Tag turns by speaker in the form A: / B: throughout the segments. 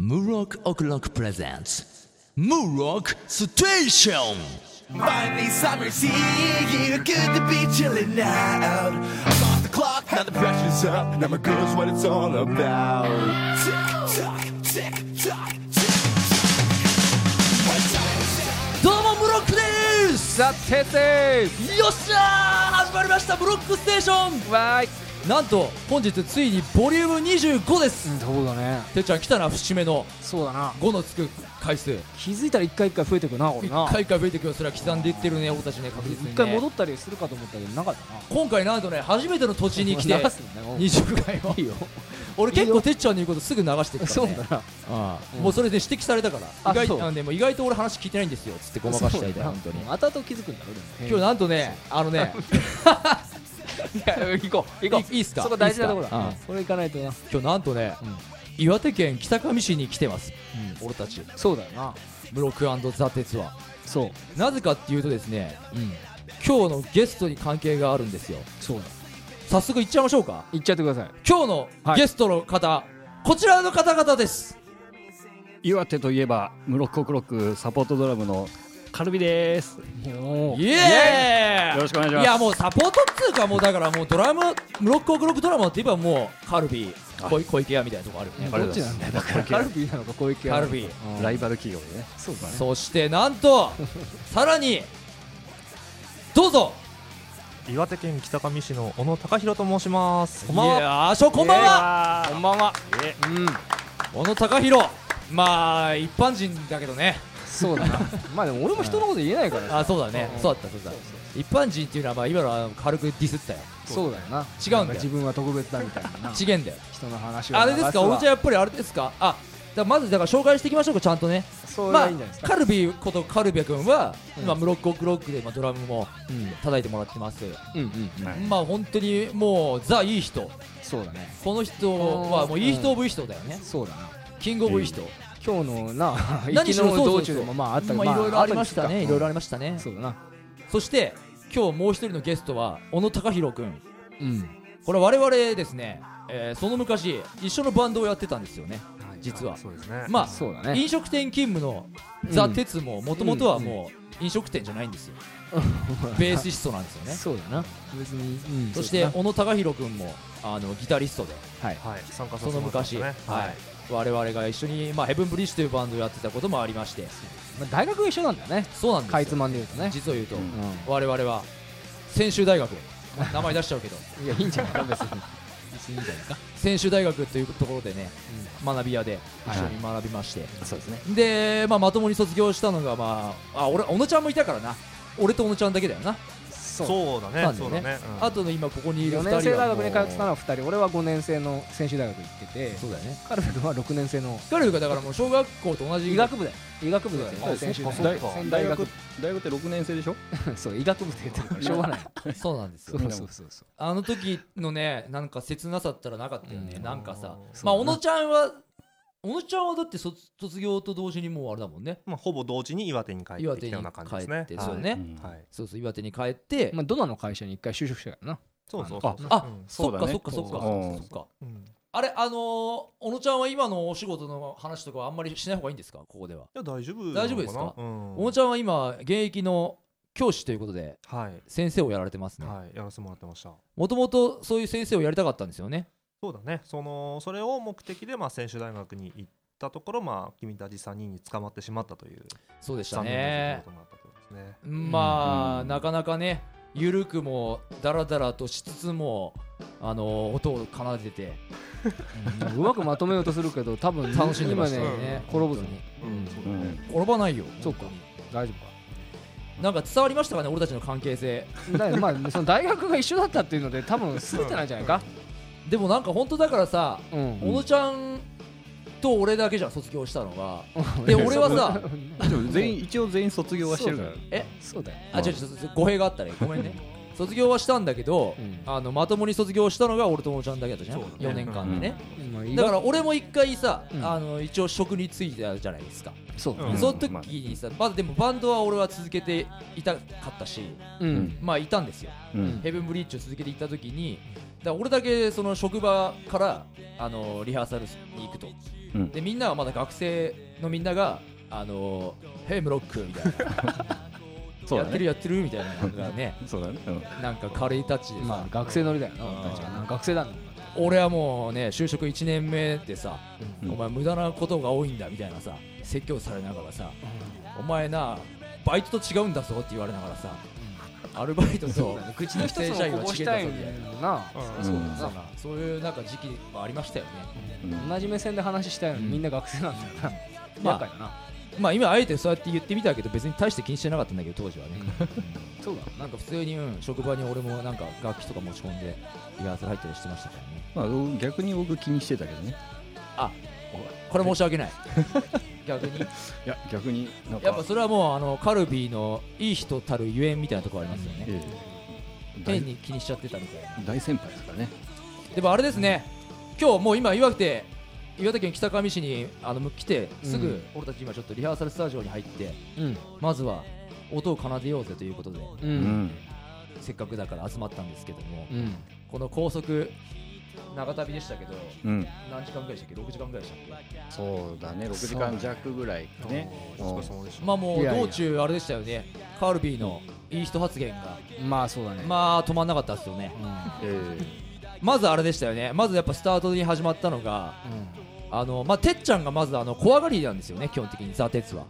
A: Murok O'Clock presents Murok Station!
B: Finally, summer's here. Good to be chilling out. I'm off the clock, now the pressure's up. Now my girl's what it's all about. Tick tock, tick tock, tick tock.
A: どうもムロックです
C: ザ・テテイ
A: よっしゃー始まりましたブロックステーション
C: わーい
A: なんと本日ついにボリューム25です、
C: そうだね
A: てっちゃん来たな節目の
C: そうだな
A: 5のつく回数
C: 気づいたら一回一回増えてくなこれな
A: 一回一回増えてくよそれは刻んでいってるね俺たちね確実に、ね、
C: 一回戻ったりするかと思ったけどなかったな
A: 今回なんとね初めての土地 に来て
C: 流すんだよ
A: 20回を
C: いいよ
A: 俺結構てっちゃんの言うことすぐ流してくか
C: そ
A: ら、
C: う
A: ね、
C: だ
A: あ
C: な
A: あもうそれで指摘されたから
C: あ
A: 意外
C: そう
A: あでも意外と俺話聞いてないんですよつってごまかしたいだよ本当に
C: 後々気づくんだろで
A: 今日
C: も
A: なんとねあの ね
C: 今日行こう行こう
A: いいいっすか
C: そこ大事なところ
A: いいっ
C: だ
A: すかう
C: う
A: ん
C: んそれ行かないとな
A: 今日なんとね、岩手県北上市に来てます、俺たち
C: そうだよな
A: ムロクザ・テツは
C: そう
A: なぜかっていうとですね、今日のゲストに関係があるんですよ
C: そうだ
A: 早速いっちゃいましょうか
C: 行っちゃってください
A: 今日の
D: はい
A: ゲストの方、こちらの方々です
D: 岩手といえばムロッコクロックサポートドラムのカルビですよ
C: お
A: イエーイ
D: ろしくお願いします
A: いやもうサポートっつうかもうだからもうドラムムロックオクロックドラマって言えばもうカルビー小小池屋みたいなとこあるよね
C: どっちなんだよだからカルビーなのか小池
A: カルビー
C: うん
D: ライバル企業でね
C: そうかね
A: そしてなんとさらにどうぞ
E: 岩手県北上市の小野隆弘と申します。こんばん
A: い
E: は。
A: やーしょこんばんは
D: あ
C: こんばんはうん
A: 小野貴弘まあ一般人だけどね
C: そうだなまあでも俺も人のこと言えないからさ
A: あそうだねそうだったそうだった一般人っていうのはまあ今のは軽くディスったよ
C: そうだよな
A: 違うんだよ
C: なか自分は特別だみたいなな
A: 違えんだよ
C: 人の話を
A: あれですかおうちはやっぱりあれですかあだからまずだから紹介していきましょうかちゃんとね
C: それ
A: ま
C: が
A: あ
C: いいんじゃないですか、
A: カルビーことカルビャ君は
C: うん
A: 今ムロックオクロックで今ドラムも叩いてもらってます
C: うんうんうん
A: まあ本当にもうザいい人
C: そうだね
A: この人はもういい人オブいい人だよね
C: そうだな
A: キングオブいい人
C: 今日のな行
A: 何
C: き
A: しろ
C: の道中でもまああった
A: まあいろいろありましたねいろいろあ
C: り
A: りましたね
C: そうだな
A: そして今日もう一人のゲストは小野貴弘君
C: うん
A: これ我々ですね、えーその昔一緒のバンドをやってたんですよね実は
E: そうですね。
A: ま
C: そうだ
A: あ
C: ね
A: 飲食店勤務の
C: うん
A: ザ・テツももともとはもう飲食店じゃないん ですよベーシストなんですよね
C: そうだな別にうん
A: そして
C: う
A: 小野貴弘君もあのギタリストで
E: はい、参加さ
A: そ
E: せて
A: の
E: もらっ
A: 昔
E: てま
A: は
E: したね。
A: い我々が一緒に、まあ、ヘブンブリッジというバンドをやってたこともありまして
C: だなまあ大学が一緒なんだよね
A: そうなんですよ
C: かいつまんで言うとね
A: 実を言うと、
C: う
A: 我々は専修大学名前出しちゃうけど
C: んいやいいんじゃないか別に別にいいんじゃないか
A: 専修大学というところでね、学び屋で一緒に学びまして、
D: そうですね
A: で、まあ、まともに卒業したのが、まあ、あ俺小野ちゃんもいたからな俺と小野ちゃんだけだよな、
C: そう
E: そうだ
A: な
E: ね。
A: んだ
E: そ
A: よ
E: う
A: ね
E: だね。うん
A: あとの今ここにいる2
C: 4
A: 人
C: 年生大
A: は
C: 学に通ってたの
A: も
C: は2人俺は5年生の専修大学行ってて
A: うそうだよね
C: カルフ君は6年生の
A: 彼がだからもう小学校と同じ
C: 医学部だよ医学部だよ
D: あ
C: 専修
E: そうか
C: 大
E: そうか
C: 学
D: 大
C: 大
D: 学
C: 学
D: 大学って六年生でしょ
C: そう医学部って言ってるからしょうがない
A: そうなんです
C: そ
A: よ
C: うそうそうそう
A: あの時のねなんか切なさったらなかったよね、
C: うん
A: なんかさ
E: そう
A: まあ小野ちゃんは小野ちゃんはだって卒卒業と同時にもうあれだもんね
E: まあほぼ同時に岩手に帰って
A: 岩手
E: きた
A: に
E: ような感じ
A: 帰
E: です
A: っ
E: ね
A: て。
E: はい
A: そうね、
E: はい。
A: そうそう岩手に帰って、
C: まあ、ドナの会社に一回就職したからな。
E: そうそうそう。
A: あ
E: うん
A: そっか
D: そうだね
A: そっかそっか
D: そうそう
A: そっか
E: うんい
A: あれあのー小野ちゃんは今のお仕事の話とかはあんまりしない方がいいんですかここでは、
E: や大丈夫なのな。
A: 大丈夫ですか
E: うん
A: 小野ちゃんは今現役の教師ということで
E: はい。
A: 先生をやられてますね
E: はい、やらせてもらってました。
A: もともとそういう先生をやりたかったんですよね
E: そうだね。そのそれを目的でまあ専修大学に行ったところまあ君たち三人に捕まってしまったという
A: そうでした
E: 残念な
A: ね
E: 出来事があったということですね。
A: まあ、
D: うん
A: なかなかねゆるくもだらだらとしつつもあの音を奏でて
C: うまくまとめようとするけど、多分
A: 楽しんでました
C: 今
A: よね
C: ね、
A: うん
C: 転ぶぞ。
E: うんそうだね。
A: 転ばないよ
C: そうか
A: 本
C: 大丈
A: 当になんか伝わりましたかね俺たちの関係性
C: 夫か。だからまあ、その大学が一緒だったっていうので、多分すってないんじゃないか。
A: でもなんか本当だからさ
C: う
A: 小
C: ん。
A: 野ちゃんと俺だけじゃん卒業したのがで俺はさ
D: でも全員一応全員卒業はしてるから
A: え
C: そうだよ。
A: あ違う違う違う語弊があったねごめんね卒業はしたんだけど、
E: うん
A: あのまともに卒業したのが俺ともちゃんだけだったじゃん、
E: そうだね
A: 4年間でね、
C: まあい
A: だ
C: わ
A: から俺も一回さ、
C: うん
A: あの一応職に就いたじゃないですか、
C: そうだ
E: うん
C: ね
A: その時にさまだでもバンドは俺は続けていたかったし
C: うん
A: まあいたんですよ
D: うん
A: ヘブンブリッジを続けていた時にだから俺だけその職場からあのリハーサルに行くと、
D: うん
A: でみんなはまだ学生のみんなが「あのヘイムロック」みたいな「
D: そう
A: や
D: だ
A: ってる
D: ね
A: やってる」みたいなのがね
D: そうだねうん
A: なんか軽いタッチでさ、
C: まあ学生乗りだよな
A: うん
C: 確かに学生なんだ
A: 俺はもうね就職1年目でさ、
D: うん
A: お前無駄なことが多いんだみたいなさ説教されながらさ、お前なバイトと違うんだぞって言われながらさ、アルバイトと
C: 口の一つもこぼしたいんだよな
E: うん
A: そううんだなそういうなんか時期もありましたよね、
D: うん
C: 同じ目線で話したいのにみんな学生なんだよな
A: まあ
C: 厄介だな
A: まあ今あえてそうやって言ってみたけど別に大して気にしてなかったんだけど当時はね、
C: そうだ
A: なんか普通に、うん、職場に俺もなんか楽器とか持ち込んでリハーサル入ったりしてましたからね
D: まあ逆に僕気にしてたけどね
A: これ申し訳ない逆に
D: いや逆になんか
A: やっぱそれはもうあのカルビーのいい人たるゆえんみたいなところありますよね
D: ええ
A: 変
D: 大
A: に気にしちゃってたみたいな
D: 大先輩ですからね
A: でもあれですね今日もう今岩手岩手県北上市にあの来てす
C: う
A: ぐ
C: ん
A: 俺たち今ちょっとリハーサルスタジオに入って、
C: うん
A: まずは音を奏でようぜということで
C: う
D: うんん
A: せっかくだから集まったんですけども、
C: うん
A: この高速長旅でしたけど
D: うん
A: 何時間ぐらいでしたっけ6時間ぐらいでしたっ
D: そうだね6時間弱ぐらいね
E: お疲れ様でし
A: け
E: た
A: まあもう
C: いやいや
A: 道中あれでしたよねカールビーのいい人発言が
C: まあそうだね
A: まあ止まんなかったですよね
C: あ
D: え
A: まずあれでしたよねまずやっぱスタートに始まったのが
C: うん
A: あのまあてっちゃんがまずあの怖がりなんですよね基本的にザ・テツは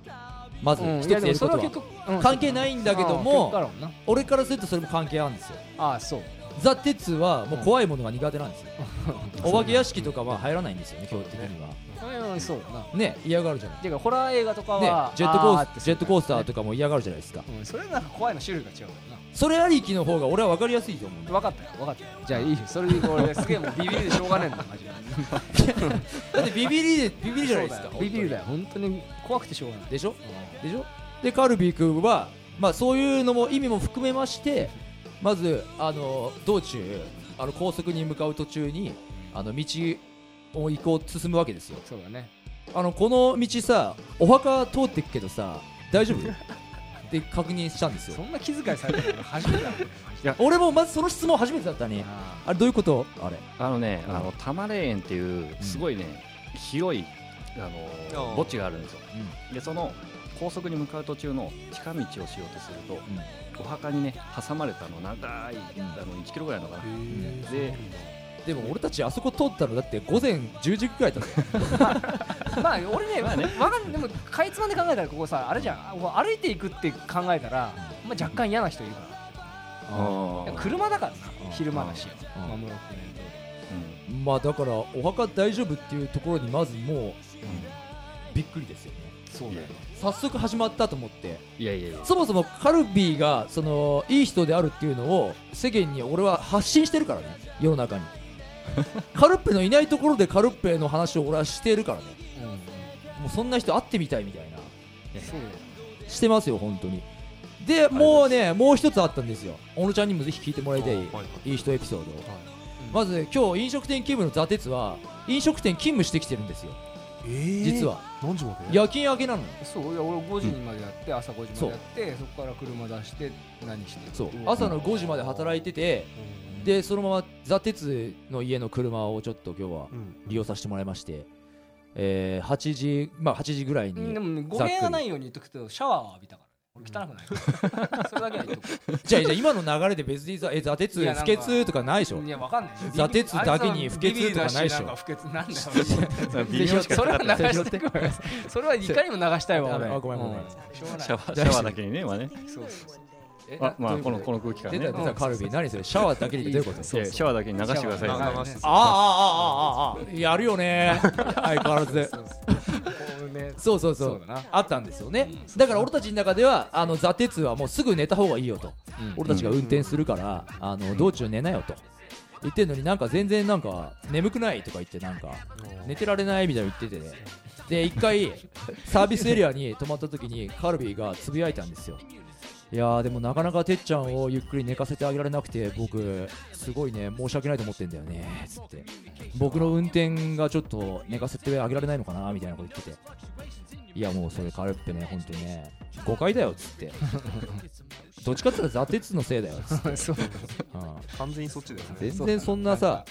A: まず
C: うん
A: 一つ
C: いや
A: 言え
C: でも
A: るこ
C: それ
A: と
C: は
A: は
C: 結構うん
A: 関係ないんだけども
C: うん結果論な
A: 俺からするとそれも関係あるんですよ
C: ああそう
A: ザ・テツはもう怖いものが苦手なんです よ、お化け屋敷とかは入らないんですよね基本的には
C: うんそうだな
A: ね嫌がるじゃない
C: ていうかホラー映画とかは
A: ねジェットコ
C: あ
A: ー
C: っ
A: ス
C: て
A: ジェットコースター
C: そう
A: とかも嫌がるじゃないですか
C: だねうんそれなんか怖いの種類が違うからな
A: それありきの方が俺は分かりやすいと思うんだ
C: 分かったよ分かったよじゃあいいよそれで俺すげえもうビビりでしょうがねえんだマジで
A: だってビビりでビビりじゃないですか
C: ビビりだ
A: よ
C: よ本当に怖くてしょうがない
A: でしょでしょでカルビー君はまあそういうのも意味も含めましてまずあの道中あの高速に向かう途中にあの道を行こう進むわけですよ
C: そうだね
A: あのこの道さお墓通ってくけどさ大丈夫って確認したんです
C: そ
A: よ
C: んな気遣いされてるの初めてだもんねマジで
A: 俺もまずその質問初めてだったね
C: あ
A: あれどういうことあれ
D: あのねあの多摩霊園っていうすごいね広いあ
E: あ
D: の
E: ー
D: 墓地があるんですよでその高速に向かう途中の近道をしようとするとお墓にね挟まれたの長いあの1キロぐらいのかなで
A: でも俺たちあそこ通ったのだって午前10時くらいだったよ
C: ー まあ俺ねわかんでもかいつまんで考えたらここさあれじゃんこう歩いていくって考えたらまあ若干嫌な人いるからいや車だから
A: うん
C: な昼間だし
A: うん
C: 守ろうって
D: うん
A: まあだからお墓大丈夫っていうところにまずもうびっくりですよね
C: そうだよね
A: 早速始まったと思って
D: いやい やいや
A: そもそもカルビーがそのいい人であるっていうのを世間に俺は発信してるからね世の中にカルッペのいないところでカルッペの話を俺はしてるからねもうそんな人会ってみたいみたいな
C: そうだよ
A: してますよ本当にでもうねもう一つあったんですよ小野ちゃんにもぜひ聞いてもらいたい
E: はいはい
A: いい人エピソードを
C: うん
A: まず今日飲食店勤務の座鉄は飲食店勤務してきてるんですよ
E: えー
A: 実は
E: 何時まで
A: 夜勤明けなのよ
C: そういや俺5時にまでやって、朝5時までやってそこから車出して何して
A: そう
E: うん
A: 朝の5時まで働いててでそのまま座鉄の家の車をちょっと今日は
E: うん
A: 利用させてもらいまして、えー、8時まあ8時ぐらい
C: うん
A: に
C: でもね語弊がないように言っとくとシャワーを浴びたから俺汚 くないそれだけは言っと
A: じゃあじゃあ今の流れで別にさえ座鉄
C: いや
A: 不潔とかないでしょ
C: くいやわかんない
A: 座鉄だけに不潔とかないでしょ
C: あいつはビビりだなんか不潔なんだよ
D: 微妙しか
C: それは流
A: なかった
C: してくれそれはいかにも流したいわ
A: あ
C: 俺
A: あごめんごめん
C: うしょうがない
D: シャワ ーシャワーだけにね今ね
C: そうそうそう
A: え
D: あまあ
A: どういう
D: このこ
A: の
D: の空気感
A: 出
D: ね
A: た出たカルビー何それシャワーだけでどういうこと
D: いやシャワーだけに流してください
C: シャ
D: よ
C: ワー流して
A: ああああああああやるよね相変わらず
C: そうね
A: そうそうそ
C: そううだな
A: あったんですよねだから俺たちの中ではあの座鉄はもうすぐ寝た方がいいよと、
C: うん
A: 俺たちが運転するから、あの道中寝なよと言ってんのになんか全然なんか眠くないとか言ってなんか寝てられないみたいなの言っててねで一回サービスエリアに泊まった時にカルビーがつぶやいたんですよいやーでもなかなかてっちゃんをゆっくり寝かせてあげられなくて僕すごいね申し訳ないと思ってんだよねつって僕の運転がちょっと寝かせてあげられないのかなみたいなこと言ってていやもうそれカルッペね本当にね誤解だよっつってどっちかって言ったら座鉄のせいだよっつって、
C: そう
A: うん
E: 完全にそっちだよね
A: 全然そんなさ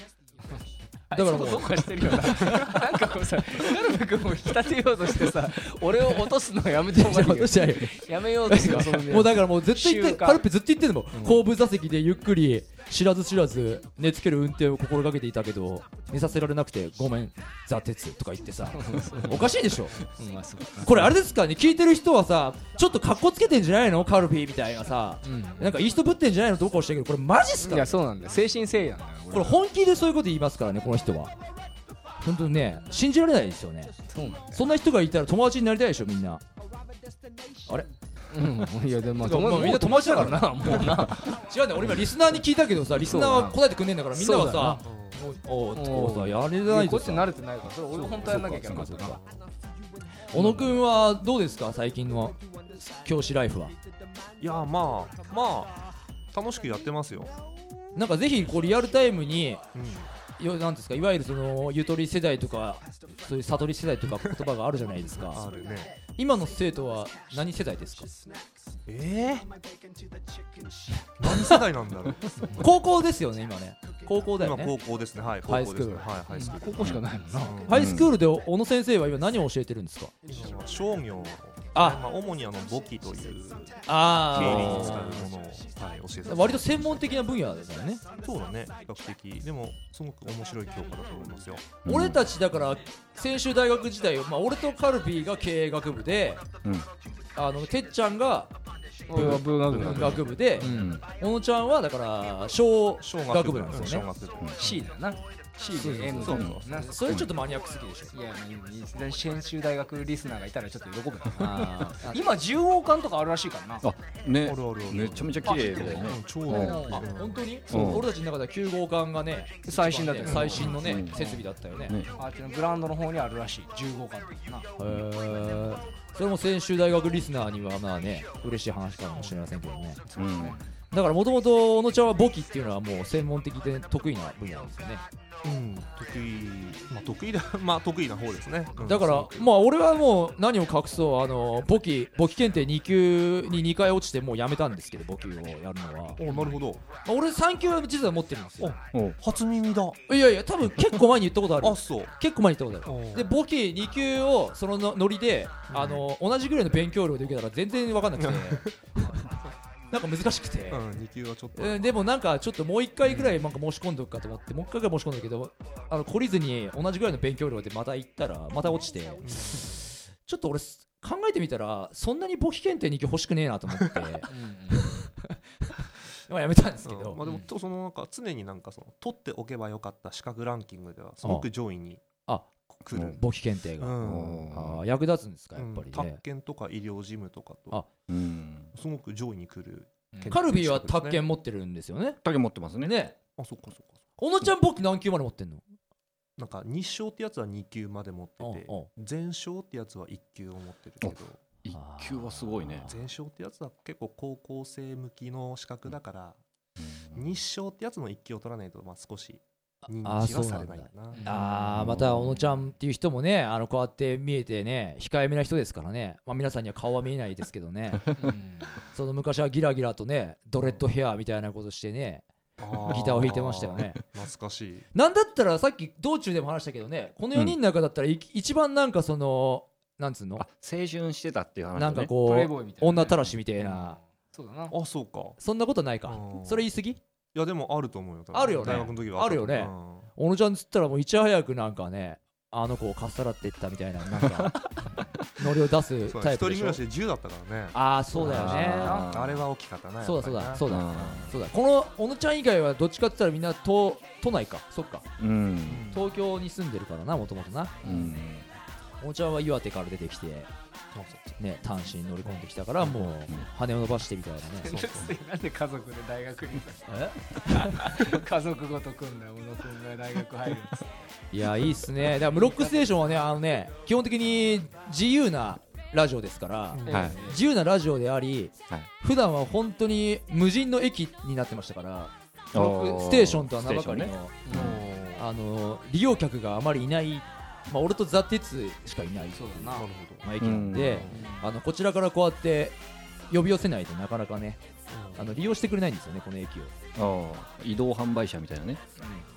A: だからもう
C: どうかしてるよななんかこうさガルブ君を引き立てようとしてさ俺を 落とすのやめてもらうよ
A: 落としちゃうよ
C: やめようとしてそのね
A: もうだからもう絶対言っ
C: 習
A: て
C: 慣
A: カルペずっと言ってんのもん後部座席でゆっくり知らず知らず寝つける運転を心がけていたけど寝させられなくてごめん座鉄とか言ってさおかしいでしょ
C: うんまあそう
A: これあれですかね聞いてる人はさちょっとかっこつけてんじゃないのカルピーみたいなさなんかいい人ぶってんじゃないのとこうしてるけどこれマジっす
C: い
A: か
C: やそうなんだよ精神誠意なんだよ
A: これ本気でそういうこと言いますからねこの人は本当にね信じられないですよね
C: そうなん
A: そんな人がいたら友達になりたいでしょみんなあれ
C: だようんいやでもまあ
A: てか
C: 友達
A: もうみんな友達だからな
C: もうな
A: 違うね俺今リスナーに聞いたけどさリスナーは答えてくんねえんだからみんなは
C: そうだ
A: さおうおうさやれない
C: ことっち
A: さ
C: 慣れてないからそれ俺本当はやんなきゃいけなかった
A: そう
C: か
A: か小野くんはどうですか最近の教師ライフはい
E: やまあまあ楽しくやってますよ、
A: なんかぜひこうリアルタイムに
E: うん
A: よなんですかいわゆるそのゆとり世代とかそういう悟り世代とか言葉があるじゃないです
E: あ
A: か
E: るね
A: 今の生徒は何世代ですか
E: ええ何世代なんだろう
A: 高校ですよね今ね高校だよ
E: 今
A: ね
E: 高校ですねはい高
A: ハイス
E: 校
A: ク
E: で
A: ー
E: す
A: ル
E: ねはいハイスク
C: ら
E: ール
C: 高校しかないもんな
E: うん
A: ハイスクールで小野先生は今何を教えてるんですか
E: 今は商業
A: あ
E: まあ、主にあの簿記という経
A: あ
E: 理に使
A: あ
E: うものを、はい、教えて
A: 割と専門的な分野ですよね
E: そうだね比較的でもすごく面白い教科だと思いますよ
D: うん
A: 俺たちだから専修大学時代、まあ、俺とカルビーが経営学部で、
D: うん
A: あのてっちゃんが
C: 俺は文学部
A: 文学部で
D: う、ん
A: 小野ちゃんはだから小
E: 小
A: 学部なんですよね、
E: うん小学部
C: C だよな C で M だ
D: そう
C: よ
D: そう
C: な
A: それちょっとマニアックすぎでしょ、
C: いや、いい先週大学リスナーがいたらちょっと喜ぶな。今、10王冠とかあるらしいからな。
D: あね
E: あるあるある
D: めちゃめちゃ綺麗だよね
E: うん超
D: う
E: ね
D: ん
A: あ本当に、
D: うん
A: 俺たちの中では9号館がね
C: 最新だったよ
A: 一番ね最新のね、
D: うん
A: 設備だったよね、
D: ね
C: あっちのブランドの方にあるらしい、10号冠ってな。
A: へーそれも専修大学リスナーにはまあね嬉しい話かもしれませんけどね
D: うん
A: だからもともと小野ちゃんは簿記っていうのはもう専門的で得意な分野なんですよね
E: うん得意まあ得意だまあ得意な方ですね、うん
A: だから
E: すごく
A: まあ俺はもう何を隠そうあの簿記簿記検定2級に2回落ちてもうやめたんですけど簿記をやるのは、ま
E: おなるほど
A: あ俺3級は実は持ってるんですよ
D: お
E: 初耳だ
A: いやいや多分結構前に言ったことある
E: あそう
A: 結構前に言ったことあ
E: お
A: る
E: う
A: で簿記2級をそのノリで、
E: うん
A: あの同じぐらいの勉強量で受けたら全然分かんなくてなんか難しくて
E: う、ん二級はちょっと
A: うん、でもなんかちょっともう1回ぐらいなんか申し込んどくかと思ってもう1回ぐらい申し込んだけどあの懲りずに同じぐらいの勉強量でまた行ったらまた落ちてちょっと俺す考えてみたらそんなに簿記検定に行き欲しくねえなと思って まあやめたんですけど、
E: うんまあでもとそのなんか常になんかその取っておけばよかった資格ランキングではすごく上位に
A: あ
E: 来る
A: 簿記検定が、
E: うん
A: あ
D: お
A: ー役立つんですかやっぱ
E: う
A: りね
E: ん宅、建とか医療事務とか
A: あ
E: と
D: うん
E: すごく上位に来る
A: カルビーは宅建持ってるんですよね
D: 竹持ってますね
A: ね
E: あそっかそっかそっか
A: 小野ちゃん簿記何級まで持ってんの
E: なんか日照ってやつは2級まで持ってて
A: おうおう
E: 全勝ってやつは1級を持ってるけど
D: 一級はすごいね
E: 全勝ってやつは結構高校生向きの資格だから
D: うん
E: 日照ってやつの1級を取らないとまあ少し認
A: あ
E: 知は
A: そう
E: さ
A: なんだ
E: れないかな
C: うん
A: あーまた小野ちゃんっていう人もねあのこうやって見えてね控えめな人ですからね、まあ、皆さんには顔は見えないですけど ねその昔はギラギラとねドレッドヘアみたいなことしてねギターを弾いてましたよね
E: あー懐かしい
A: なんだったらさっき道中でも話したけどねこの4人の中だったらい一番なんかそのなんつうの
D: あ青春してたっていう話ね
A: なんか
C: プレイ
A: こ
C: ボーイみたいうな。
A: 女たらしみたいな
C: そうだな。
E: あそうか
A: そんなことないか
E: うん
A: それ言い過ぎ
E: いやでもあると思うよ多分
A: あるよね
E: 大学の時はった
A: あるよね小野ちゃんっつったらもういち早くなんかねあの子をかっさらっていったみたいななんか ノリを出す
E: そうだ
A: タ
E: 一
A: イプで
E: 人暮
A: し
E: ら
A: ょ
E: しで10だったからね
A: ああそうだよね
D: あー
E: なんかあれは大きかったな
A: そうだそうだそううだ
D: うん
A: そうだこの小野ちゃん以外はどっちかって言ったらみんな都都内かそっか
D: うん
A: 東京に住んでるからなもともとな
D: うん
A: 小野ちゃんは岩手から出てきてね単身乗り込んできたからもう羽を伸ばしてみたいなね
C: なんで家族で大学に
A: え
C: 家族ごと組んだ小野君が大学入るんです
A: いやいいっすねだから「ロックステーション」はねあのね基本的に自由なラジオですから、
E: うん
D: はい
A: 自由なラジオであり、
D: はい
A: 普段は本当に無人の駅になってましたからロッ
D: お
A: ク
D: ー
A: ステーションとは名ば
D: ステ
A: か
D: ー
A: り
D: ショ
A: の、
D: ンね
A: あの利用客があまりいない、まあ、俺とザ・テツしかいない、
C: そうだな
E: なる
A: まあ、駅なんで、あのこちらからこうやって呼び寄せないとなかなかねあの利用してくれないんですよねこの駅を。
D: ああ移動販売車みたいなね、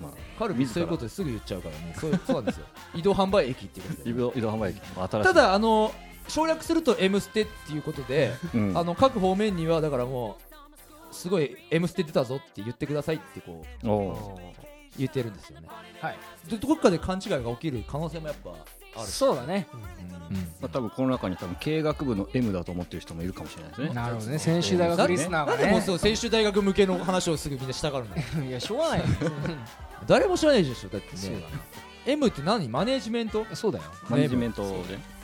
D: まあ、
A: カルビそういうことですぐ言っちゃうからねそうそうなんですよ 移動販売駅っていうことで
D: 移動移動販売機新しい
A: た、だあの省略すると「M ステ」っていうことで
D: うん
A: あの各方面にはだからもうすごい「M ステ」出たぞって言ってくださいってこう
D: おう
E: ほど
A: 言ってるんですよね
C: はい
A: どどこかで勘違いが起きる可能性もやっぱある
C: そうだね
D: まあ、多分この中に多分経営学部の M だと思ってる人もいるかもしれないですね
C: なるほどね選手大学リス
A: な
C: ナーが
A: んでもう
C: ね
A: そう専修大学向けの話をすぐみんなしたがるの
C: いやしょうがないよ
A: 誰も知らないでしょだって
C: そう
A: ね M って何マネージメント
C: うんそうだよ
D: マネジメントで、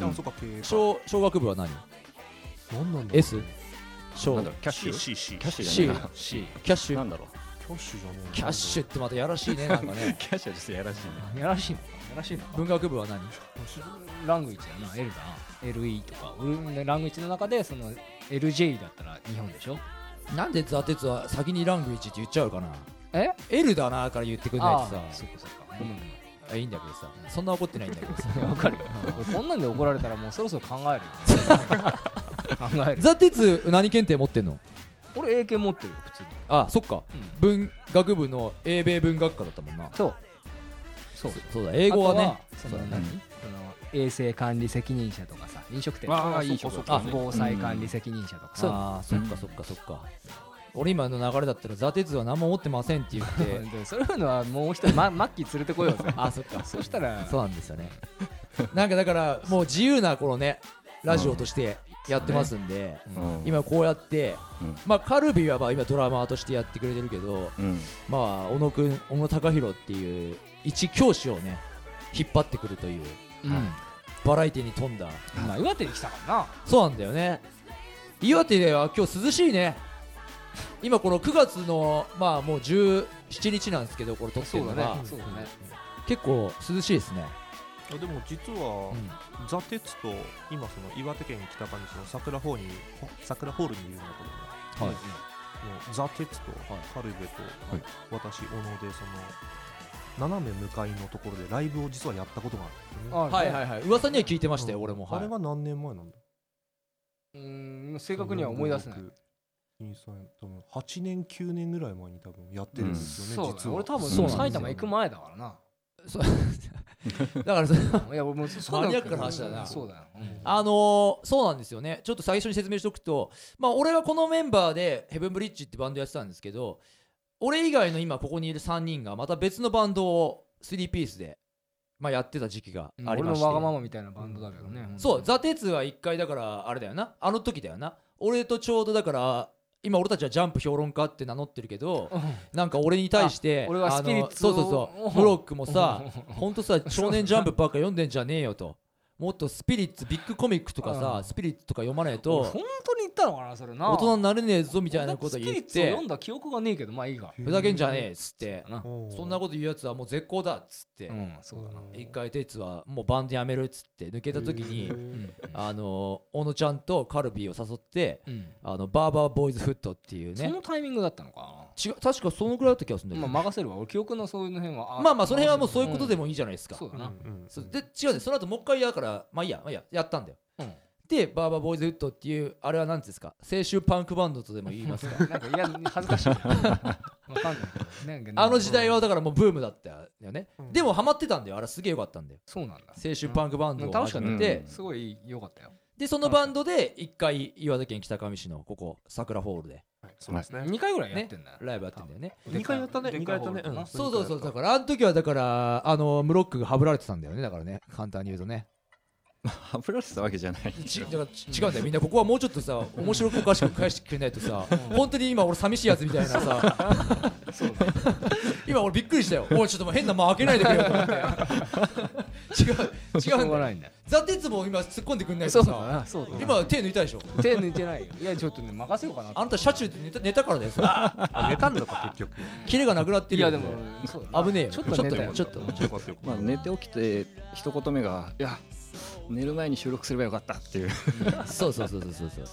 E: あそうか経営か
A: 小小学部は何
E: 何なんだ
A: S
D: うんな
A: 小
D: んだろうキャッシュ
E: CC
D: キャッシュじ
A: C
D: ゃないな
A: C キャッシ
D: な
A: ュ
D: んだろう
E: キャッシュじゃねえ
A: キャッシュってまたやらしいねなんか ね
D: キャッシュは実はやらしいね
C: やらしいのかやらしいのか
A: 文学部は何
C: ラングイチだな L だな LE とかうんラングイチの中でその LJ だったら日本でしょ
A: なんで座鉄は先にラングイチって言っちゃうかな
C: え
A: L だなから言ってくれないとさ
C: あーそうかそうかごめんごめん
A: あいいんだけどさそんな怒ってないんだけどさ
C: わかるよ俺 こんなんで怒られたらもうそろそろ考えるよ 考える
A: ザ・テツ何検定持ってんの
C: 俺英検持ってるよ普通に
A: あそっか、
C: うん
A: 文学部の英米文学科だったもんな
C: そうそう
A: そうだ英語はね
C: あとはその
A: そうだ
C: 何
A: ね
C: その衛生管理責任者とかさ飲食店
D: ああいい
E: そ
D: 職
E: う
D: 場
E: か
D: ですね
C: 防災管理責任者とかさ
A: ああそっかそっかそっか、俺今の流れだったら「ザ・テツは何も持ってません」って言っ て
C: でそういうのはもう一人、ま、マッキー連れてこよう ぜ
A: あそっか
C: そしたら
A: そうなんですよねなんかだからもう自由なこのねラジオとしてやってますんで、
D: うん
A: 今こうやって、
D: うん
A: まあカルビはまあ今ドラマーとしてやってくれてるけど
D: うん
A: まあ小野くん小野貴弘っていう一教師をね引っ張ってくるという
C: うん
A: バラエティに富んだ
C: まあ岩手に来たからな
A: そうなんだよね岩手では今日涼しいね今この9月のまあもう17日なんですけどこれ撮ってるのが、
C: そうだね
A: 結構涼しいですね、
E: あでも実は、座鉄と今その岩手県北上市の桜ホールにほ桜ホールにいるんだけども
A: はい
E: もう座鉄と
A: はい
E: カルベと、私小野でその斜め向かいのところでライブを実はやったことがあるんだよね、
A: はいはいいはい噂には聞いてましたよ、
E: うん
A: 俺も、
E: あ
A: はい
E: れ、は何年前なんだ
C: うん正確には思い出せない
E: 8年9年ぐらい前に多分やってるんですよ
C: そ
E: ね、
C: うだ
E: 実
C: ね
E: は
C: 俺多分
D: そうなんですよ
C: 埼玉行く前だからな
A: だから そ
C: いや俺もうそう
A: マニアックな話だな
C: そうだよ、うん
A: あのーそうなんですよねちょっと最初に説明しておくとまあ俺はこのメンバーでヘブンブリッジってバンドやってたんですけど俺以外の今ここにいる3人がまた別のバンドを3ピースで、まあ、やってた時期が
C: うん
A: あり
C: 俺
A: まし
C: の
A: て、
C: わがままみたいなバンドだけどね、
A: そう、
C: ザ
A: ザ・テツは一回だから、あれだよな、あの時だよな、俺とちょうどだから、今、俺たちはジャンプ評論家って名乗ってるけど、なんか俺に対して、
C: あ俺はスピリッツ
A: あ
C: を
A: のそうそうそう、ブロックも さ、ほんとさ、少年ジャンプばっか読んでんじゃねえよと、もっとスピリッツ、ビッグコミックとか
C: う
A: さ
C: ん、
A: スピリッツとか読まない
C: 俺
A: と、
C: 本当に言ったのかなそれな
A: 大人になれねえぞみたいなこと
C: 俺
A: 言っ
C: だスピリッツを
A: て
C: 読ん、だ記憶がねえけどまあいいが
A: ふざけんじゃねえっつって、
E: おー
A: そんなこと言うやつはもう絶好だっつって
C: う、んそうだな
A: 一回、テツはもうバンドやめるっつって、抜けた時に
E: へ、ー
A: あの小野ちゃんとカルビーを誘って、
C: うん
A: あのバーバーボーイズフットっていう
C: そ
A: ね
C: のタイミングだったのか
A: 違う確かそのぐらいだった気がするんだ
C: な
A: け
C: ま
A: ど、
C: あ
A: ま
C: 任せるわ俺記憶のそういうの辺は
A: あ、まあその辺はもうそういうことでもいいじゃないですか、
C: そうだな
E: うんうん
A: そうで違うんですその後もう一回だからまあいいやまあいいややったんだよ
C: うん
A: でバーバーボーイズフットっていうあれは何ですか青春パンクバンドとでも言いますか
C: なんかいや恥ず かしいなわかんないけどなんかね
A: あの時代はだからもうブームだったよね、
E: うん
A: でもハマってたんだよあれすげえよかったんだよ
C: そうなんだ
A: 青春パンクバンドを
C: 楽しか
A: 始
C: っ
A: め
C: た
A: て、
D: うん
C: すごい良かったよ
A: でそのバンドで一回岩手県北上市のここ桜ホールで
E: はいそうですね
C: 2回ぐらいやってんだよ
A: ライブやってんだよね
E: 二回やったね
C: でっ
E: 二
C: かい
E: 回やっ
C: ホー
E: たね
C: ルだな
A: そうそうそうだからあの時はだからあのムロックがハブられてたんだよねだからね簡単に言うとね
D: ハブられてたわけじゃない
A: ちだからち違うんだよみんなここはもうちょっとさ面白くおかしく返してくれないとさ本当に今俺寂しいやつみたいなさ今俺びっくりしたよおいちょっともう変な間開けないでくれよと思って違う違
C: しょ
A: うんだ
C: うが
A: よ
C: ないんだよ
A: ザ・テツも今突っ込んでくんない
C: そ
A: と
C: うだ
A: さ
C: なそうだな
A: 今手抜いたでしょ
C: 手抜いてないよいやちょっとね任せようかなと
A: あんた車中で寝た寝たからだよさ
E: あ寝たんだか結局
A: キレがなくなって
C: い
A: るよ
C: やでもそうだな
A: 危ねえよ
C: ちょっと寝たよ
A: ちょっと
E: よかったよかった
D: まあ、寝て起きて一言目が「いや寝る前に収録すればよかったっていう
A: そうそうそうそうそうそう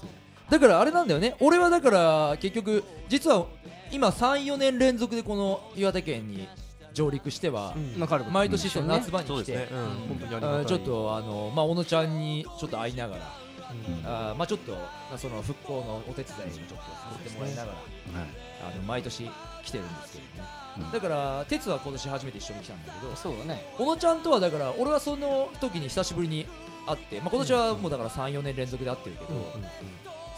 A: だからあれなんだよね俺はだから結局実は今34年連続でこの岩手県に上陸しては、
C: わかる
A: 毎年その夏場に
E: そう
A: 来
E: です
A: て、
E: ね、うん、本当にありがた
A: あ
E: い
A: ちょっとあの、まあ、小野ちゃんにちょっと会いながら、あまあ、ちょっとその復興のお手伝いにちょっとさせてもらいながら、あの毎年来てるんですけどね、だから哲は今年初めて一緒に来たんだけど
C: そうだね
A: 小野ちゃんとはだから俺はその時に久しぶりに会って、まあ、今年はもうだから34年連続で会ってるけど、
E: うんうんうん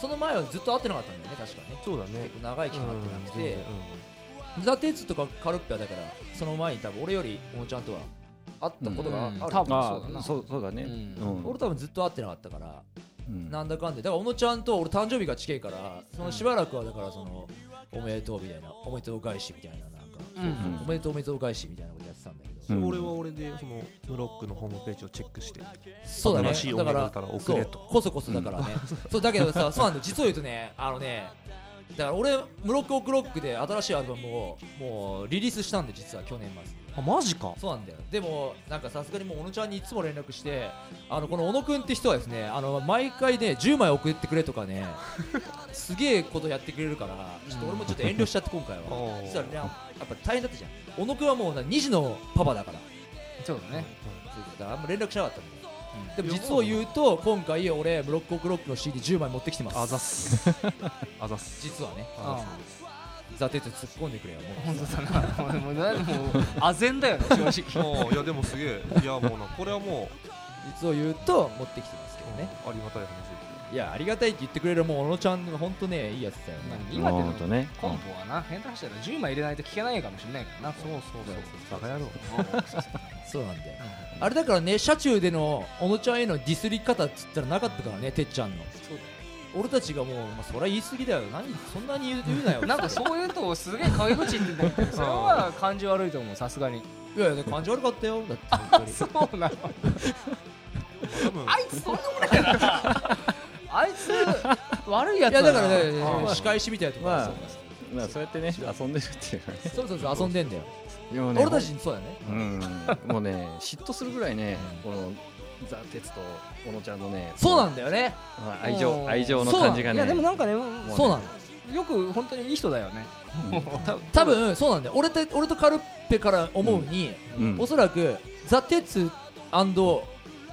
A: その前はずっと会ってなかったんだよね確かね
E: そうだね
A: 結構長い期間会ってなくて
E: うん、うん
A: ザ・テツとかカルッペはだからその前に多分俺より小野ちゃんとは会ったことがある、
C: うん多分
D: あ
C: そうだな
D: あそうそうだね
C: う
D: うん
A: 俺多分ずっと会ってなかったから、
D: うん
A: なんだかんでだから小野ちゃんと俺誕生日が近いからそのしばらくはだからそのおめでとうみたいなおめでとう返しみたいななんか、
C: うん
A: おめでとうおめでとう返しみたいなことやってたんだけど、
D: うん
E: 俺は俺でそのブロックのホームページをチェックして
A: そうだね
E: 新しいおめでとうだから送れと
A: そうこそこそだからね、そうだけどさそうなんだよ実を言うとねあのねだから俺ムロックオクロックで新しいアルバムをもうリリースしたんで実は去年末
E: あマジか
A: そうなんだよでもなんかさすがにもう小野ちゃんにいつも連絡してあのこの小野くんって人はですねあの毎回ね10枚送ってくれとか ねすげえことやってくれるからちょっと俺もちょっと遠慮しちゃって今回は
E: おー
A: 実はねやっぱ大変だったじゃん小野くんはもうな2児のパパだから
C: そうだね
A: だからあんま連絡しなかったんだよでも実を言うと今回俺ブロックオクロックの CD10 枚持ってきてます
E: あざっすあざっす
A: 実はね
E: あ
A: ザ・テツ突っ込んでくれよもう
C: 本当だなもうもうなもうあぜんだよね正直
E: もういやでもすげえいやもうなこれはもう
A: 実を言うと持ってきてますけどね
E: ありがたい話
A: いやありがたいって言ってくれるもう小野ちゃんが本当ねいいやつだよね
C: まあ今で
D: ほ
C: の
D: んとね
C: コンポはな変態走ったら10枚入れないと聞けないかもしれないからなそうそう
E: バカ野郎
A: そうなんだよ、あれだからね車中での小野ちゃんへのディスり方っつったらなかったからねてっちゃんの
C: そうだよ
A: 俺たちがもう、まあ、そりゃ言い過ぎだよ何そんなに言う言うなよ
C: なんかそういうとすげえ陰口になるけどそれは感じ悪いと思うさすがに
A: いやいや感じ悪かったよ だって本当に
C: うなの
E: 多分
C: あいつとんでもないからなあいつ悪いや
A: い
C: つ
A: やだか
C: だ
A: ら
C: な
A: ね
C: ああ
A: 仕返しみたいなとこ
D: まあ
A: そう
D: まあそうやってね遊んでるっていうかね
A: そうそうそう遊んでんだよ
D: いやもうね
A: 俺たちそうだよね
D: うんもうね嫉妬するぐらいねこのザ・テツと小野ちゃんのね
A: そうなんだよね
D: まあ愛
C: うん
D: 情愛情の感じが
C: い
D: ね
C: やでもなんかね
D: もうね
A: そうなんだよ
C: よく本当にいい人だよね
A: た多分そうなんだよ俺て俺とカルッペから思うに、
D: うん
A: おそらくザ・テツ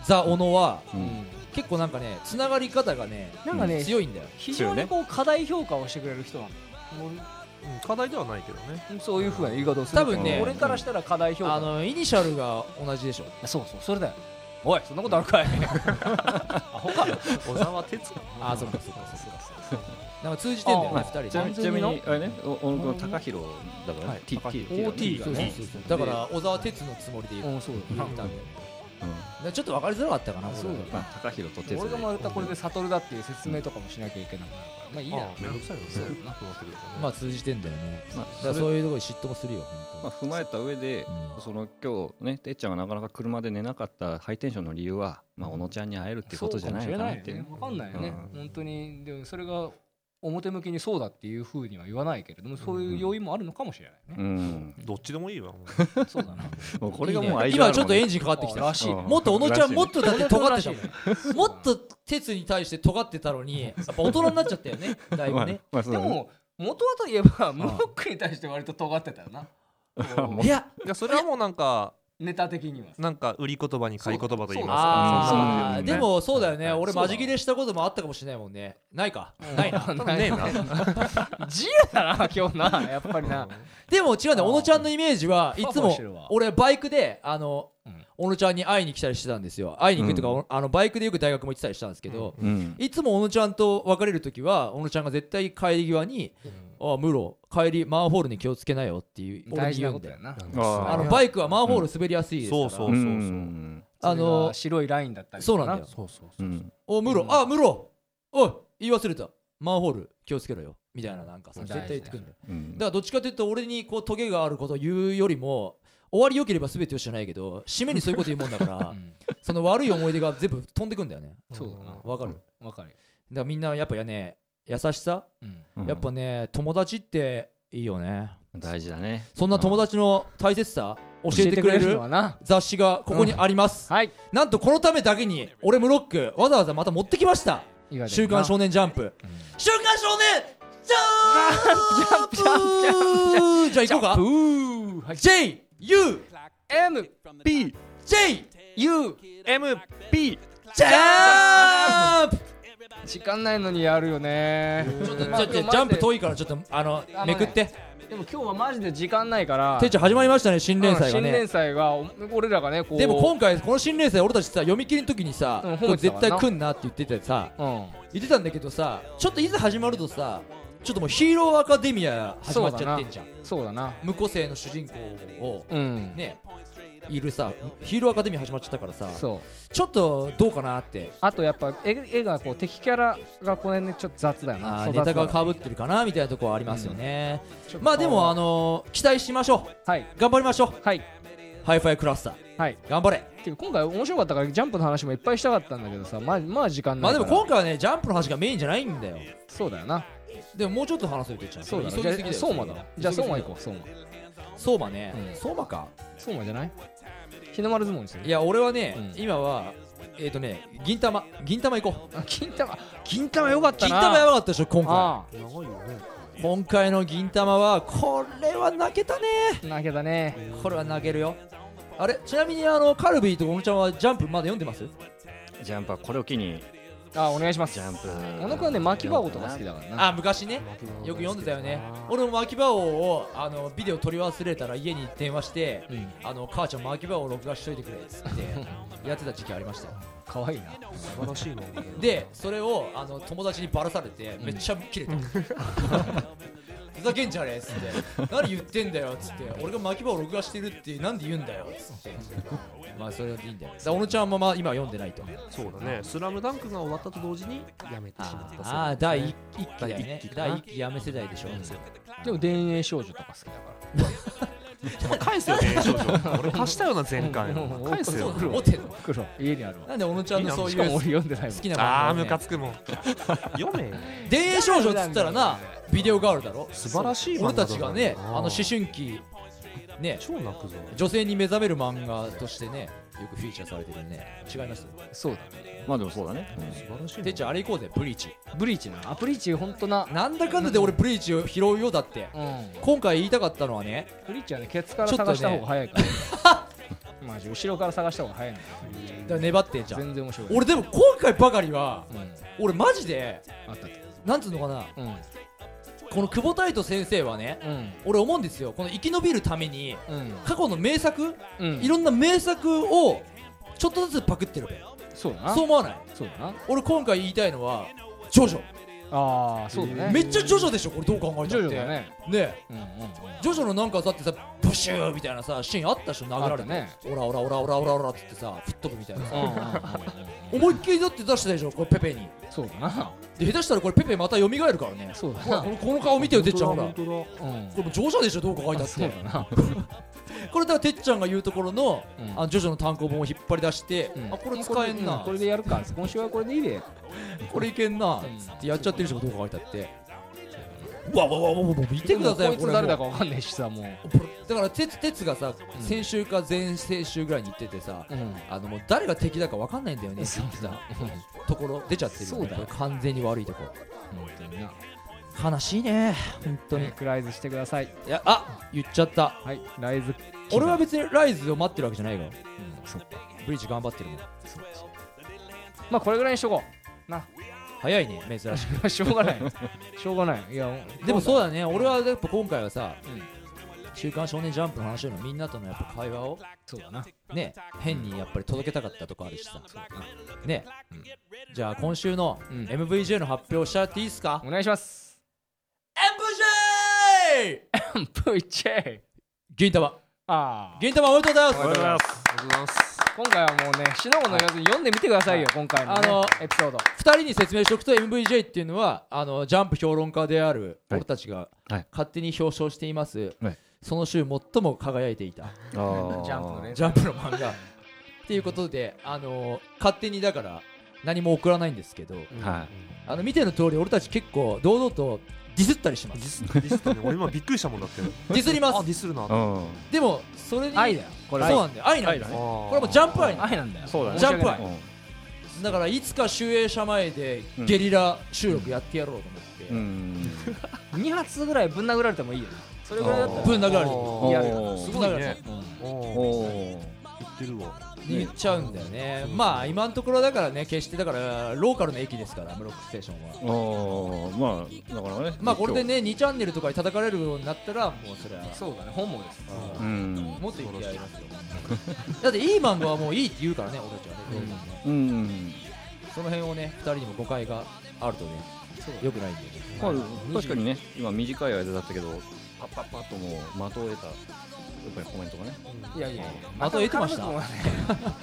A: ザ・オノは
D: うん
A: 結構なんかねつながり方がね
C: なんかね
A: 強いんだよ
C: 非常にこう過大評価をしてくれる人なの
E: うん課題ではないけどね
C: そういうふうな言い方をする
A: 多分ね
C: 俺からしたら過大評価
A: あのイニシャルが同じでしょ
C: そうそうそれだよおいそんなことある かいアホか
E: 小沢哲
A: ああそうかそうかそうかそうかなんか通じてんだよ
D: ま
A: ね
D: あ
A: 二人で
D: ちなみにちなみにあれねお小野君は高弘だから
A: はい
D: ね T- T- T だね
A: OT がねだから小沢哲のつもりで言っ
C: んそう
A: 言ったんだよねだからちょっと分かりづらかったかなこれ
C: そうだ
D: まあ高弘と哲
C: 俺
D: で
C: がまたこれで悟だっていう説明とかもしなきゃいけなくなるからまあいいや
E: ああめんどくさいよね
C: そうだな
E: なくなってくるとね
A: まあ通じてんだよね
D: まあ
A: だか
D: それ
A: らそういうところに嫉妬もするよ
D: まあ
A: 本
D: 踏まえた上で
A: うん
D: その今日ねてっちゃんがなかなか車で寝なかったハイテンションの理由はまあ小野ちゃんに会えるってことじゃないのかなっていう
C: 分かんないよね、
D: うん
C: 本当にでもそれが表向きにそうだっていうふうには言わないけれどもそういう要因もあるのかもしれないね、
D: うん
E: どっちでもいいわもう
C: そうだな
D: もうこ
A: 当
D: れ
A: に
D: がもう
A: いい
D: 愛
A: ね
D: 情あ
A: 今
D: る
A: ちょっと
D: もんね
A: エンジンかかってきたよ
C: らしい
D: うん
A: もっと小野ちゃんもっとだって尖ってたもん
C: た
A: もっと鉄に対して尖ってたのにやっぱ大人になっちゃったよねだいぶね
D: まあまあそう
C: で
D: だね
C: も元はといえばムロックに対して割と尖ってたよな
A: いや
E: いやそれはもうなんか
C: ネタ的には
E: なんか売り言葉に買い言葉と言いますか
A: あ
D: う
A: ー
D: ん
A: でもそうだよね俺
C: そうだ
A: マジ切れしたこともあったかもしれないもんねないかないな
C: ねえな 自由だな今日なやっぱりな
A: でも違うんだよ小野ちゃんのイメージはいつ
C: ふわふわ
A: も
C: してるわ
A: 俺バイクであの
C: うん
A: 小野ちゃんに会いに来たりしてたんですよ会いに行くとか
D: う
A: おあのバイクでよく大学も行ってたりしたんですけど
D: うん
A: いつも小野ちゃんと別れる時は小野ちゃんが絶対帰り際に「ああムロ帰りマンホールに気をつけなよ」っていう俺
C: 大
A: に
C: 事
A: 言
C: な
A: う
C: こ
A: ん
C: と
A: だよ
C: やな
A: あ
D: あ
A: のバイクはマンホール滑りやすいですから
E: うんそうそう
D: うん
A: あ
C: あ
A: の
C: の白いラインだったり
A: そうなんだよ
E: そうそう
D: う
E: そうん
A: おムロ、あムロおい言い忘れたマンホール気をつけろよみたいななんかさ
C: うん
A: 絶対言ってくるんだよ
D: うん
A: だからどっちかというと俺にこうトゲがあることを言うよりも終わり良ければ全てよしじゃないけど締めにそういうこと言うもんだから、
C: うん
A: その悪い思い出が全部飛んでくんだよね
C: そうだな
A: わかるだか
C: わかるよ
A: らみんなやっぱやね優しさ、
C: うん
D: うん
A: やっぱね友達っていいよね
D: 大事だね
A: そんな友達の大切さ教えてくれる
C: のはな
A: 雑誌がここにあります、
C: はい
A: なんとこのためだけに俺ムロックわざわざまた持ってきました「週刊少年ジャンプ」週刊少年ジャンプ
C: ジャンプジャンプジ
A: じゃあ行こうか
C: ブーはい
A: J U
C: M
D: B
A: J
C: U
E: M P
A: ジャンプ
C: 時間ないのにやるよねちょっと
A: ちょちょジャンプ遠いからちょっとあの
C: あのね
A: めくって
C: でも今日はマジで時間ないから
A: てっちゃん始まりましたね新連載が
C: 新
A: ね
C: 連載がお俺らがねこう
A: でも今回この新連載俺たちさ読み切りの時にさ
C: うん
A: これ絶対来んなって言っててさ
C: うん
A: 言ってたんだけどさちょっといざ始まるとさちょっともうヒーローアカデミア始まっちゃってんじゃん
C: そうだな
A: 無個性の主人公を
C: うん
A: ねいるさヒーローアカデミア始まっちゃったからさ
C: そう
A: ちょっとどうかなって
C: あとやっぱ絵絵がこう敵キャラがこの辺でちょっと雑だよな
A: あー
C: 育つ
A: ネ
C: の
A: タが被ってるかなみたいなとこはありますよね、
C: ちょっと
A: まあでもあのー期待しましょ
C: はい。
A: う頑張りましょ
C: はい。
A: うハイファイクラスター
C: はい。
A: 頑張れ
C: ていうか今回面白かったから、ジャンプの話もいっぱいしたかったんだけどさ、まあ、まあ時間
A: ま
C: な
A: あ
C: いか
A: で
C: ら。
A: も今回はねジャンプの話がメインじゃないんだよ
C: そうだよな。
A: でももうちょっと話せるとちゃう
C: そうだな。
A: 急
C: じ
A: ぎ
C: ゃ
A: すぎだ
C: あ、
A: よ
C: 相馬だ。じゃあ、相馬行こう、相馬。
A: 相馬ね、
C: うん
A: 相馬か
C: 相馬じゃない日の丸相撲にする
A: い。や俺はね、
C: うん
A: 今はえっ、とね銀玉銀玉行こう
C: あ、金玉。金玉よかった
A: 銀
C: な。
A: 玉やばかったでしょ今回
C: あ
E: 長いよね
A: 今回の銀玉はこれは泣けたね
C: あ、なげだね。
A: これは泣けるよあれちなみにあのカルビーとゴムちゃんはジャンプまだ読んでます
D: ジャンプはこれを機に
C: あ、お願いします。
D: ジャンプ
C: 小野くんはね、巻き箱とか好きだからな。
A: あ昔ねよく読んでたよね俺もマキバオをあのビデオ撮り忘れたら家に電話して、
C: うん
A: あの母ちゃんマキバオを録画しといてくれっつってやってた時期ありましたよ
C: かわいいな。
E: 素晴らしいの
A: でそれをあの友達にバラされてめっちゃキレた、ふざけんじゃねえっつって何言ってんだよっつって俺がマキバオを録画してるってなんで言うんだよっつってまあそれでいいんだよだから小野ちゃんもまあ今読んでないと
E: そうだね「スラムダンクが終わったと同時にやめてしまった
A: ああ第一期だよね
E: 第一期かな
A: 第一期やめ世代でしょ、
C: でも、田園少女とか好きだから。
E: お前返せよね少々俺貸したよな前回
C: うんうんうん
E: 返せよ
A: 持ってんの
C: 黒、家にあるわ。
A: なんで小野ちゃんのそう
C: し
A: い
C: かも
A: う
C: 俺読んでないもん
A: 好。きな
E: あ
A: 漫画
E: あ
A: をね
E: ムカつくもん読めよ
A: 田園少女っつったらなビデオガールだろ
E: 素晴らしい漫
A: 俺
E: 画だ
A: た
E: な
A: ちがね
E: うん
A: あの思春期ね
E: 超泣くぞ
A: 女性に目覚める漫画としてねよくフィーチャーされてるね違います
C: そうだね。
D: まあでもそうだね
E: 素晴らしい
A: てっちゃんあれ行こうぜブリーチ
C: ブリーチな。あ、ブリーチ、ほんとな。
A: なんだかんだで俺ブリーチを拾うよだって
C: うん。
A: 今回言いたかったのはね
C: ブリーチはね、ケツから探した方が早いから。 マジ、後ろから探した方が早いのよ。
A: だから粘ってんじゃん
C: 全然面白い。
A: 俺でも今回ばかりは
C: うん、
A: 俺マジで
C: あったっけ
A: なんつうのかな
C: うん、
A: この久保太斗先生はね
C: うん、
A: 俺思うんですよこの生き延びるために
C: うん、
A: 過去の名作
C: うん、
A: いろんな名作をちょっとずつパクってるべ
C: そうだな。
A: そう思わない
C: そうだな。
A: 俺今回言いたいのはジョジョ
C: ああ、そうだね。
A: めっちゃジョジョでしょこれどう考え
C: ジ
A: た
C: ョ
A: って
C: ジョだね。
A: ねえ
C: うん、うん、うん。
A: ジョジョのなんかだってさブシューみたいなさシーンあったでしょ殴られて、
C: あっ
A: オラオラオラオラオラオラっつってさ吹っ飛ぶみたいなさ
C: うんうんうん
A: 思いっきりだって出したでしょこれペペに
C: うんそうだな。
A: で下手したらこれペペまた蘇るからね
C: そうだ
A: ほら
C: な
A: こ。のこの顔見てよてっちゃんほらこ
E: 本当だ本
C: うん。
A: れもうジョジョでしょどう考えた
C: あ
A: っ
C: そう
A: て
C: だな。
A: これだからてっちゃんが言うところの,、
C: うん
A: あのジョジョの単行本を引っ張り出して、
C: うん
A: あこれ使えんな
C: うんこ
A: これ
C: れでやるか。今週はこれでいいで。
A: これいけんな、
C: うん
A: つってやっちゃってるでしょどう考えたってうわうわうわうわうわ見てくださいよ
C: でもこい
A: こ
C: つ
A: れ
C: 誰だかわかんないしさ、もう。
A: だからてつてつがさ、先週か前々週ぐらいに言っててさ、
C: うん。
A: あのもう誰が敵だか分かんないんだよねって言ってたところ出ちゃってるよ
C: そう
A: ね
C: だ
A: これ完全に悪いとこ
C: 本当にな。
A: 悲しいね本当にい
C: クライズしてください。
A: やあ言っちゃった
C: はい、ライズ。
A: 俺は別にライズを待ってるわけじゃないから
C: うん、そっか。
A: ブリーチ頑張ってるもん
C: まあ、これぐらいにしとこ
A: 早いね珍し
C: う。 しょうがない。しょうがない。いや、
A: くでもそうだね俺はやっぱ今回はさ
C: うん
A: 「週刊少年ジャンプ」の話よりもみんなとのやっぱ会話を
C: そうだな。
A: ね変にやっぱり届けたかったとこあるしさねじゃあ今週の
C: うん
A: MVJ の発表しちゃっていいっすか
C: お願いします。
A: MVJ!
C: プイチェイ
A: 銀玉
C: ああ
A: 銀玉おめでとうございます
E: 当だありがとうございますありがとうございます
C: 今回はもうね、しのごの要するに読んでみてくださいよ、今回の、ね、
A: あの
C: エピソード。
A: 2人に説明しておくと MVJ っていうのはあのジャンプ評論家である
D: はい
A: 俺たちが
D: はい
A: 勝手に表彰しています、
D: はい
A: その週最も輝いていた
D: ジャ
C: ジャンプのね
A: ジャンプの漫画っていうことであの勝手にだから何も送らないんですけど、
D: は
A: あの見ての通り俺たち結構堂々とディスったりしま
E: ディ
A: す
E: スディスったね俺今びっくりしたもんだって
A: ディスりま
E: あ
A: す
E: ディスるなって
D: うん
A: でもそれに
C: 愛だよこれ
A: そうなんだよ愛なんだ
D: 愛だ
A: よ
D: ね
E: こ
A: これもジャンプ愛なんだよ
C: 愛なんだよ
D: そうだね
A: ジャンプ愛
D: うん
A: だからいつか集英社前でゲリラ収録やってやろうと思って、
D: うん
C: 2発ぐらいぶん殴られてもいいよねそれぐらいだったら
A: ぶん殴られてく
D: おー
E: いや
A: る
E: すごいね
D: お
E: お
D: ー
E: ー言ってるわ
A: 言っちゃうんだよね、まあ今のところだからね決してだからローカルの駅ですからブロックステーションは
D: おーまあだからね
A: まあこれでね2チャンネルとかに叩かれるようになったらもうそれは
C: そうだね本望です
D: う
A: うん
D: ん
A: もっといきありますよだっていい漫画はもういいって言うからね俺たちはね、
D: うん
A: その辺をね2人にも誤解があるとねよくないんでね
D: まあ確かにね今短い間だったけどパッパッパッともう的を得たやっぱりコメントがね
C: いやいやいや
A: また得てました
C: ま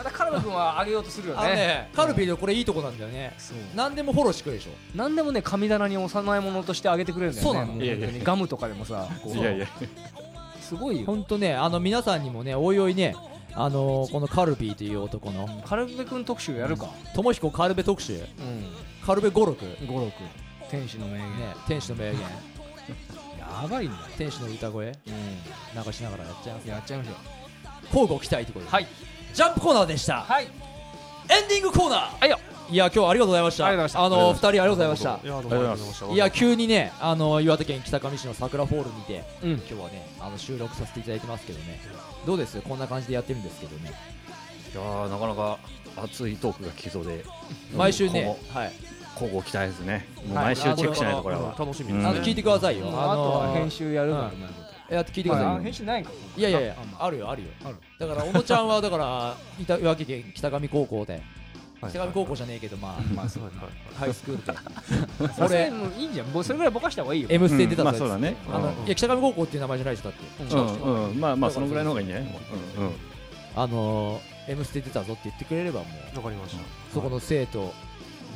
C: たカルマ君は上げようとするよ
A: あの
C: ね
A: ねカルビーのこれいいとこなんだよね
C: そう
A: 何でもフォローしてくれるでしょ
C: 何でもね神棚に幼いものとしてあげてくれるんだよ
A: そ
C: ね
A: うなの
C: も本当にガムとかでもさこう
D: や
C: すごいよ
A: ほんとねあの皆さんにもねおいおいねあのーこのカルビーという男の
C: カルベ君特集やるか
A: 友彦カルベ特集
C: うん
A: カルベ五六ね
C: 五六天使の名言
A: 天使の名言
C: やばいんだよ
A: 天使の歌声
C: う
A: 流しながらやっちゃいます
C: んやっちゃいましょう
A: 交互期待ってことで
C: はい
A: ジャンプコーナーでした、
C: はい
A: エンディングコーナー
C: はいよ
A: いや今日はありがとうございました
C: ありがとうござ
A: あ
C: いました
A: のー、2人ありがとうございました
E: いやどうもありがとうございました
A: いや急にねあのー岩手県北上市の桜ホールにて
C: うん
A: 今日はねあの収録させていただいてますけどねどうですこんな感じでやってるんですけどね
D: いやーなかなか熱いトークが聞きそうで
A: 毎週ね
D: 今
A: はい
D: 後交互期待ですねもう
A: はい
D: 毎週チェックしないとこれは
E: 楽しみ
D: うん
A: あの聞いてくださいよ
C: あと
A: あの
C: は編集やるから
A: う
C: うまいこと
A: いや聞いてくださいよ
C: あ編集ないか
A: いやいやいや
C: あまあ
A: あるよあるよ
C: ある
A: だから小野ちゃんはだからいた岩手県北上高校で
E: はい
A: 北上高校じゃねえけどまあまあそう
E: はいはい
A: ハイスクールで
C: それ
A: 俺
C: もういいんじゃんもうそれぐらいぼかした方がいいよ
A: M ステ出た
D: うんまあ
A: ぞ
D: そうだね
A: あの
E: うん
A: いや北上高校っていう名前じゃないでしょだって
C: うん
D: うんうんまあまあそのぐらいの方がいいんじゃないうんうん
A: あのー M ステ出たぞって言ってくれればもう
E: わかりました
A: そこの生徒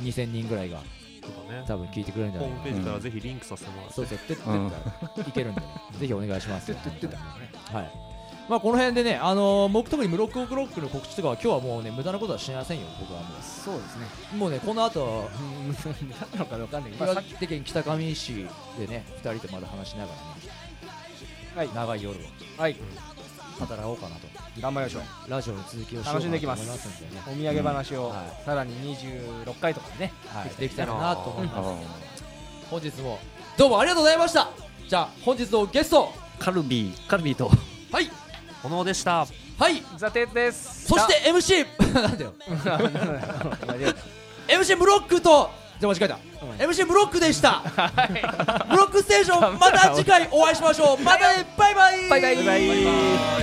A: 2000人ぐらいが
E: そうだね
A: 多分聞いてくれるんじゃ
E: ホ
A: ない
E: ー
A: か
E: ム
A: な
E: ページからぜひリンクさせてもらって
A: そうそう、てってったらいけるんでね、ぜひお願いします。
C: てってった
A: はい。まあこの辺でね、あのー僕特にムロックオクロックの告知とかは今日はもうね無駄なことはしませんよ。僕はも
C: そうですね
A: う、もうねこの後
C: うん何なのかわかんないけど
A: 岩手県北上市でね二人でまだ話しながらね、
C: はい
A: 長い夜を
C: はい
A: 語ろうかなと、
C: 頑張りましょう
A: ラジオの続きをしようかな
C: 楽
A: と
C: しん
A: 思
C: で
A: い
C: き
A: ま
C: ますす
A: んでね。
C: お土産話
A: う
C: を
A: んは
C: さらに26回とかでね
A: はい、で
C: で
A: き
C: き
A: た
C: た
A: ら
C: ら
A: なと思い
D: あ
A: ます。
D: ー
A: 本日もどうもありがとうございました。じゃあ本日のゲスト、
D: カルビーカルビーと
A: はい
E: 炎でした
A: はい、
C: ザ・テープです
A: そして MC なんだよ。
C: あ間違えた
A: MC ブロックとじゃあ間違えた、
C: う
A: MC ブロックでしたブロックステーションまた次回お会いしましょうまたねバイバイ
C: バイバイ
A: バイバイ